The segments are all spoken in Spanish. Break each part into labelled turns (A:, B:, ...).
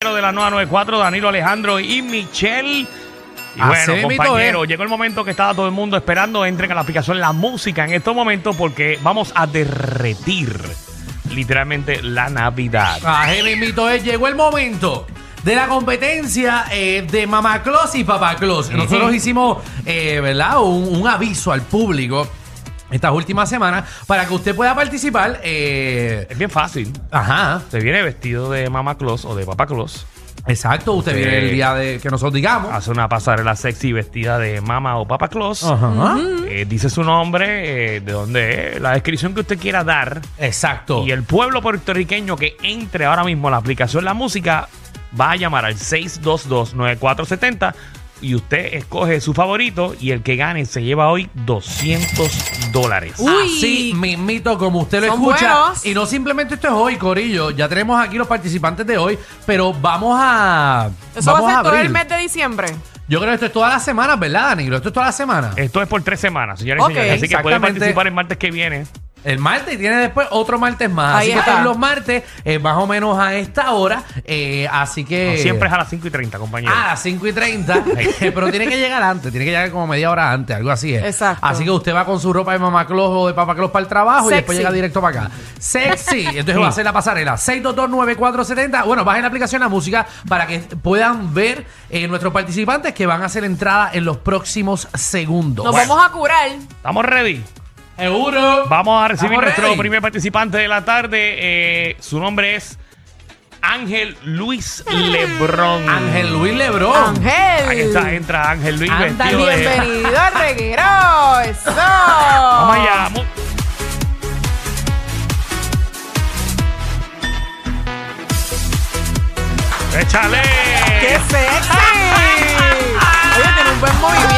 A: de la 994, Danilo Alejandro y Michelle. Y
B: Así
A: bueno,
B: mismito
A: compañero, llegó el momento que estaba todo el mundo esperando. Entren a la aplicación La Música en estos momentos porque vamos a derretir literalmente la Navidad.
B: Así mismito es, eh. llegó el momento de la competencia eh, de Mamá Claus y Papá Claus. Nosotros hicimos, eh, ¿verdad? Un, un aviso al público estas últimas semanas para que usted pueda participar. eh,
A: Es bien fácil.
B: ajá,
A: Se viene vestido de Mama Claus o de Papá Claus.
B: exacto. Usted
A: Usted-
B: viene el día de, que nosotros digamos.
A: Hace una pasarela sexy vestida de Mama o Papá Claus.
B: Ajá.
A: Eh, dice su nombre, eh, de dónde es, la descripción que usted quiera dar.
B: Exacto.
A: Y el pueblo puertorriqueño que entre ahora mismo a la aplicación La Música va a llamar al 622-9470 y usted escoge su favorito y el que gane se lleva hoy 200 dólares.
C: Uh. Uy.
B: Así mismito, como usted lo
C: Son
B: escucha.
C: buenos.
B: Y no simplemente esto es hoy, Corillo. Ya tenemos aquí los participantes de hoy, pero vamos a.
C: Eso
B: vamos
C: va a ser todo
B: abrir.
C: el mes de diciembre.
B: Yo creo que esto es todas las semanas, ¿verdad, Danilo? Esto es todas las semanas.
A: Esto es por tres semanas, señores
C: Ok.
A: y señores. Así que pueden
B: Exactamente.
A: participar el martes que viene.
B: El martes y tiene después otro martes más.
C: Ahí
B: así
C: está.
B: que los martes, eh, más o menos a esta hora. eh, así que.
A: No, siempre es a las 5 y 30, compañero.
B: Ah, a las 5 y 30. pero tiene que llegar antes, tiene que llegar como media hora antes, algo así es.
C: Exacto.
B: Así que usted va con su ropa de mamá Claus o de papá Claus para el trabajo y después
C: Sexy.
B: llega directo para acá. Sexy. Entonces va a hacer la pasarela. 6229470. Bueno, bajen la aplicación la música para que puedan ver eh, nuestros participantes que van a hacer entrada en los próximos segundos.
C: Nos vamos a curar.
A: ¿Estamos ready?
B: Seguro.
A: Vamos a recibir
B: Estamos
A: nuestro
B: ready.
A: primer participante de la tarde. Eh, su nombre es Ángel Luis Lebrón.
B: Ah. Ángel Luis Lebrón.
A: Ahí
C: Ángel.
A: está, entra Ángel Luis
B: Anda,
A: vestido de...
C: Bienvenido al reguero. Eso. Vamos
A: Vamos
B: Ah.
A: allá. mu- ¡Échale!
C: ¡Qué sexy! Oye, tiene un buen movimiento.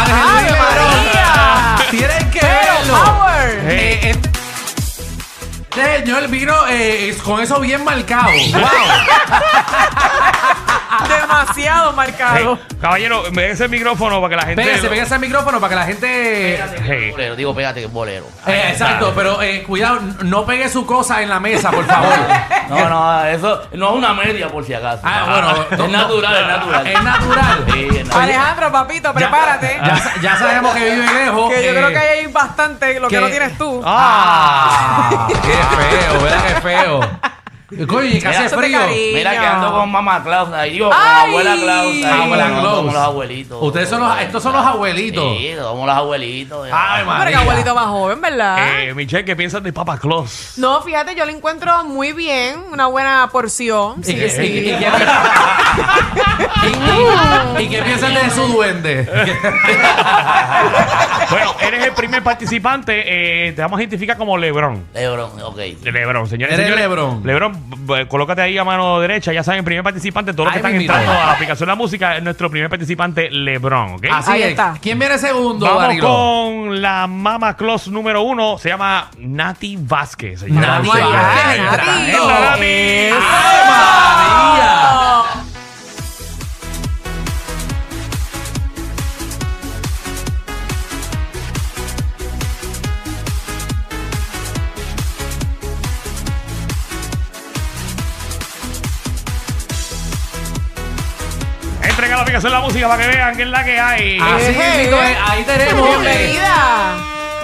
B: Ángel Luis
C: ¡Ave
B: Lebrón.
C: María!
B: Tienen que
C: Pero
B: verlo.
C: power.
B: Eh, este- este señor vino eh, es- con eso bien marcado. ¡Wow!
C: Ah. Demasiado
A: Hey,
B: Eh.
C: marcado.
A: caballero, me ese micrófono para que la gente.
B: Pégase,
A: lo-
B: pégase al micrófono para que la gente. Eh,
A: Hey.
D: Bolero, digo, pégate que es bolero.
B: exacto, pero eh, cuidado, n- no pegue su cosa en la mesa, por favor.
D: No, no, eso no es una media por si acaso.
B: Ah, bueno,
D: es natural, es natural.
B: es natural.
D: Sí, es natural.
C: Alejandro, papito, prepárate.
B: Ya, sa- ya sabemos que vive lejos.
C: que yo
B: eh,
C: creo que ahí hay bastante lo que
B: que-
C: no tienes tú. Ah,
B: ¡Ah! ¡Qué feo, verdad que feo! Coño, y que hace
C: Eso te
B: frío.
C: cariño.
D: Mira que ando con mamá Claus ahí, digo, con
C: Ay.
D: abuela Claus ahí,
B: Abuela
D: con-
B: Claus.
D: con los abuelitos.
B: Ustedes son los, estos son los abuelitos.
D: Sí, somos los abuelitos.
B: Ay,
C: Pero que
B: María.
C: abuelito más joven, ¿verdad?
B: Ah.
A: Eh, Michelle, ¿qué piensas de Papa Claus?
C: No, fíjate, yo lo encuentro muy bien, una buena porción.
B: ¿Y
C: Sí,
B: qué-
C: sí.
B: y- y qué- ¿Y qué piensan de su duende?
A: bueno, eres el primer participante. eh, te vamos a identificar como Lebrón.
D: Lebron, ok. Sí,
A: Lebrón, señores.
B: Eres
A: señores.
B: Lebrón.
A: Lebrón, b- colócate ahí a mano derecha. Ya saben, primer participante. Todos los que están
B: Ahí mismito.
A: entrando a la aplicación de la música es nuestro primer participante, Lebrón. ¿ok?
B: Así
C: Ahí
B: es.
C: está.
B: ¿Quién viene segundo,
A: Vamos
B: Danilo?
A: con la Mama Claus número uno. Se llama Nati Vázquez. señoras y
B: Nati
A: señores.
B: Vázquez
C: Nati.
A: Entra, Nati.
B: ¡Ay, María!
A: ¡Ah! Entren a la aplicación de la música para que vean que es la que hay.
B: Así
C: Ejé.
B: es, eh, ahí tenemos. eh,
C: Bienvenida.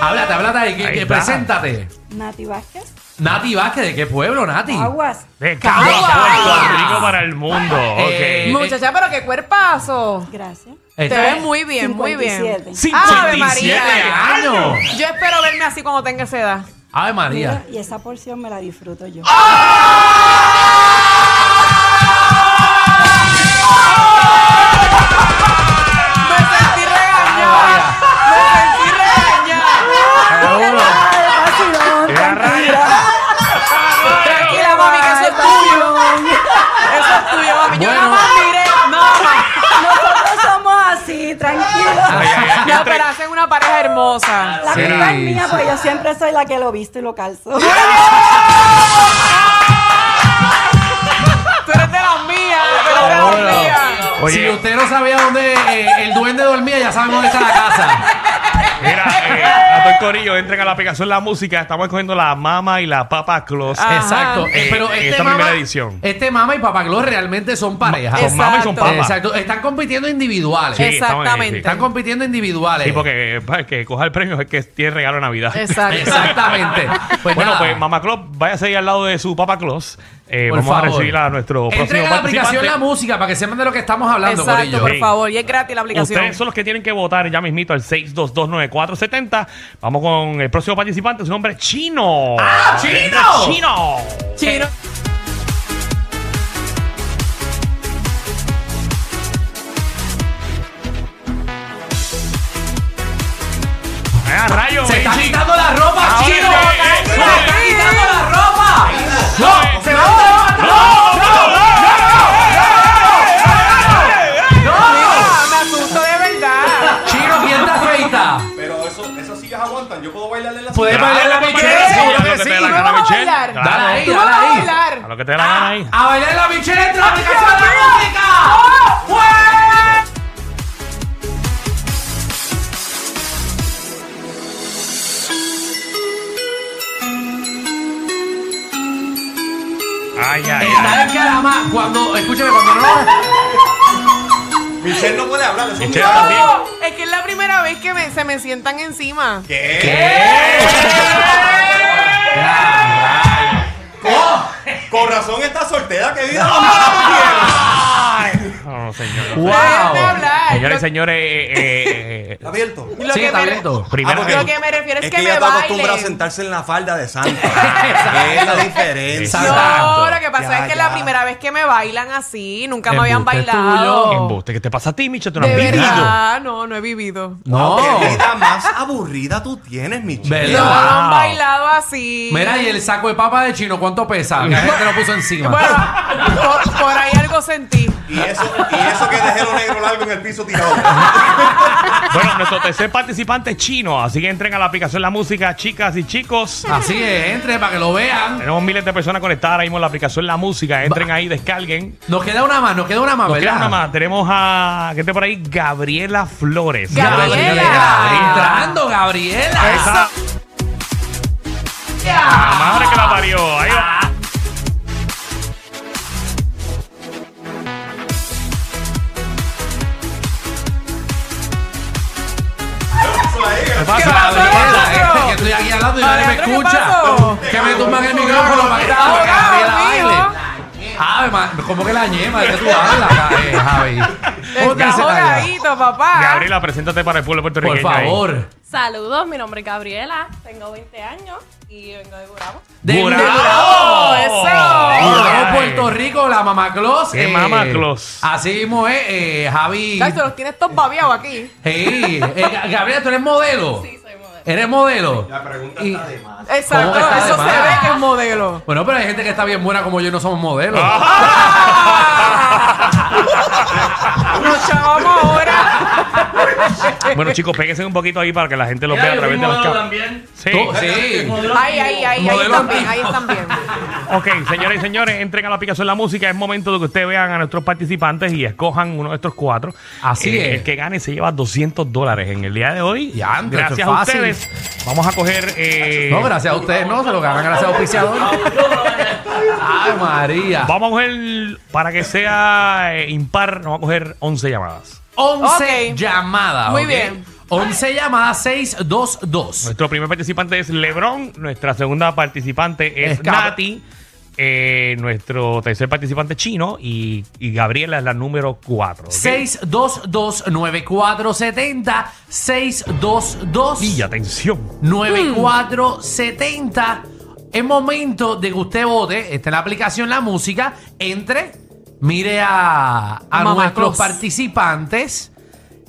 B: Háblate, háblate ahí, que,
A: Ahí
B: que
A: está.
B: preséntate.
E: Nati Vázquez,
B: Nati Vázquez, ¿de qué pueblo, Nati?
E: Aguas.
A: De Cabo
C: Cagua.
A: Puerto Rico para el mundo.
B: Eh,
A: ok.
C: Muchacha, pero qué cuerpazo.
E: Gracias.
B: Esta
C: Te ves
B: es
C: muy bien, muy bien.
E: 57.
C: Ave
B: 57
C: María.
B: años.
C: Yo espero verme así cuando tenga esa edad.
B: Ave
E: Mira,
B: María.
E: y esa porción me la disfruto yo.
B: Ah,
C: Me sentí regañada. Me sentí regañada.
B: Seguro.
A: Era rara.
C: Tranquila, mami, que eso es tuyo. Eso es tuyo, mami. Yo
B: Bueno.
C: nada más miré. No, ma.
E: Nosotros somos así,
A: Ay,
E: tranquilos.
A: ay, ay,
C: No,
A: entre-
C: pero hacen una pareja hermosa.
E: La
B: Sí,
E: culpa es mía,
B: sí.
E: porque yo siempre soy la que lo visto y lo calzo.
C: Tú eres de las mías, tú eres de las
B: Seguro.
C: mías.
A: Oye.
B: Si usted no sabía dónde eh, el duende dormía, ya sabemos dónde está la casa.
A: Mira, eh, la estoy Corillo, entren a la aplicación La Música. Estamos escogiendo la mama y la papa Claus.
C: Ah,
B: Exacto.
C: Ajá.
B: Eh, pero
A: En
B: este
A: esta
B: mama,
A: primera edición.
B: Este mama y Papá Claus realmente son pareja.
A: Son mama y son
C: Exacto.
A: papa.
B: Exacto. Están compitiendo individuales.
A: Sí, estamos en-
C: Exactamente.
B: Están compitiendo individuales.
A: Sí, porque eh, para el que coja el premio es el que tiene regalo de Navidad.
C: Exacto.
B: Exactamente. Pues
A: bueno,
B: nada.
A: pues Mamá Claus, váyase ahí al lado de su Papa Claus. Eh,
B: Por
A: vamos a
B: favor.
A: recibir a nuestro próximo
B: Entrega la aplicación la
A: participante.
B: música para que sepan de lo que estamos hablando,
C: Exacto,
B: Corillo.
A: Sí.
C: por favor. Y es gratis la aplicación.
A: Ustedes son los que tienen que votar ya mismito al 6229470. Vamos con el próximo participante. Su nombre es Chino.
B: ¡Ah, Chino!
A: ¡Chino!
C: Chino.
A: ¡Ah, rayos!
B: ¡Se está
A: Benji!
B: quitando la ropa,
A: Ahora sí,
B: Chino! ¡Se
A: eso
B: está
A: es.
B: quitando la ropa!
A: No,
B: ¡No! ¡Se va a
A: ¡No!
B: ¡No!
A: ¡No!
B: ¡Oh!
C: Mira, me asusto de verdad.
B: ¡Chino, quién te afeita!
F: Pero eso, esas sillas aguantan. Yo puedo bailar en la
B: Puedes
F: silla.
B: bailar la
A: Claro, sí,
B: bichera, seguro
A: lo
B: que
A: que te
B: sí.
A: dé la
C: Luego
A: gana,
C: vamos a
A: Michelle.
C: bailar.
A: Claro.
B: Dale ahí,
C: Tú
B: dale
C: vas a
B: ahí.
A: A
C: bailar.
A: lo que te dé la gana ahí.
B: A bailar la bichera entre la aplicación de la música.
A: Ay, ay,
B: Está
A: ay.
B: en Carama cuando, escúchame, cuando no.
F: Michelle no puede hablar. Eso es un
A: Michelle
F: milagro.
A: también.
C: No, es que es la primera vez que me- se me sientan encima.
F: ¿Qué? Oh, con razón está soltera, que vida.
A: No, Oh, señor.
B: ¡Wow!
C: Déjenme hablar.
A: Señores y
C: Lo-
A: señores, eh, eh, eh,
F: Está abierto.
C: lo
B: Sí,
C: que
B: está
C: me-
B: abierto.
A: primera
F: Ah, porque-
A: vez.
C: Lo que me refiero es,
F: Es
C: que,
F: que
C: me
F: ella está acostumbrada a
C: bailen.
F: sentarse en la falda de Santa. es la diferencia.
C: No,
B: Exacto.
C: lo que pasa
F: Ya,
C: es que es
F: ya.
C: la primera vez que me bailan así, nunca me habían
B: Embuste
C: bailado.
B: tuyo.
A: Embuste, ¿qué te pasa a ti, Micho? Tú no
C: De
A: has vivido.
C: verdad, no, no he vivido.
B: No.
F: ¿Qué vida más aburrida tú tienes, Michelle?
C: No, no
B: ¿Verdad?
C: han bailado así.
B: Mira, y el saco de papa de chino, ¿cuánto pesa? La gente lo puso encima.
C: Bueno, por, por ahí algo sentí.
F: Y eso, y eso que dejé lo negro largo en el piso tirado.
A: Bueno, nuestro tercer participante es chino, así que entren a la aplicación La Música, chicas y chicos.
B: Así es, entre para que lo vean.
A: Tenemos miles de personas conectadas ahora mismo en la aplicación La Música. Entren ahí, descarguen.
B: Nos queda una más, nos queda una más,
A: Nos
B: ¿verdad?
A: queda una más. Tenemos a, ¿qué te por ahí? Gabriela Flores.
B: Ya,
C: Gabriela.
B: señores, Gabriela. Entrando, Gabriela.
A: Esa- La madre que la parió. Ahí va.
F: Eso ahí,
A: ¿Qué
F: que-
A: pasa?
C: pasó?
B: Gabriela,
C: Alejandro.
B: este que estoy aquí hablando y nadie me
C: Alejandro, ¿qué
B: escucha.
C: pasó?
B: Que me tumban el micrófono para que
F: Está
B: para que
C: ahogado,
B: Gabriela
C: mijo.
B: baile. Ave, ma- ¿cómo que la ñema? ¿De qué tú hablas, eh, Javi? ¿Cómo te
C: Está
B: dice la ñema?
C: ahogadito, papá.
A: Gabriela, preséntate para el pueblo
B: Por
A: puertorriqueño. ahí.
B: favor.
G: Saludos, mi nombre es Gabriela, tengo 20 años y vengo de Gurabo.
B: De
A: ¡Bravo!
B: Bravo,
A: ¡Ay!
B: Bravo, Puerto Rico, la mamá Claus. Eh,
A: ¡Qué mamá Claus!
B: Así mismo es, eh, Javi.
C: Ay, tú los tienes todos babeados aquí.
B: Hey, eh, Ga- Gabriela, ¿tú eres modelo?
G: Sí, soy modelo.
B: ¿Eres modelo?
F: La pregunta
B: Y-
F: está de más.
C: Exacto,
B: que está de
C: eso se
B: más?
C: ve que es modelo.
B: Bueno, pero hay gente que está bien buena como yo y no somos modelos.
C: Nos chavamos ahora.
A: Bueno, chicos, péguense un poquito ahí para que la gente los vea a través de las cámaras. Sí.
B: Tú- sí.
C: Ay, ay, ay, ahí
B: Modelo
C: están bien,
B: antiguo.
C: ahí están bien.
A: Ok, señoras y señores, entren a la aplicación La Música. Es momento de que ustedes vean a nuestros participantes y escojan uno de estos cuatro.
B: Así es.
A: El que gane se lleva 200 dólares en el día de hoy.
B: Ya, antes,
A: gracias
B: esto
A: a
B: es fácil.
A: ustedes. Vamos a coger... eh,
B: No, gracias a ustedes, no, se lo ganan gracias a auspiciador. Ay, María.
A: Vamos a coger, para que sea eh, impar, vamos a coger 11 llamadas.
B: 11
C: Ok.
B: llamadas.
C: Muy
B: ¿ok?
C: bien.
B: 11 llamadas, 622.
A: Nuestro primer participante es Lebron, nuestra segunda participante es
B: Escapa.
A: Nati, eh, nuestro tercer participante es Chino y, y Gabriela es la número 4.
B: 622-9470. 622.
A: Y atención.
B: 9470. Es momento de que usted vote. Está en la aplicación La Música. Entre, mire a, a
C: Mamá
B: nuestros
C: Claus.
B: participantes.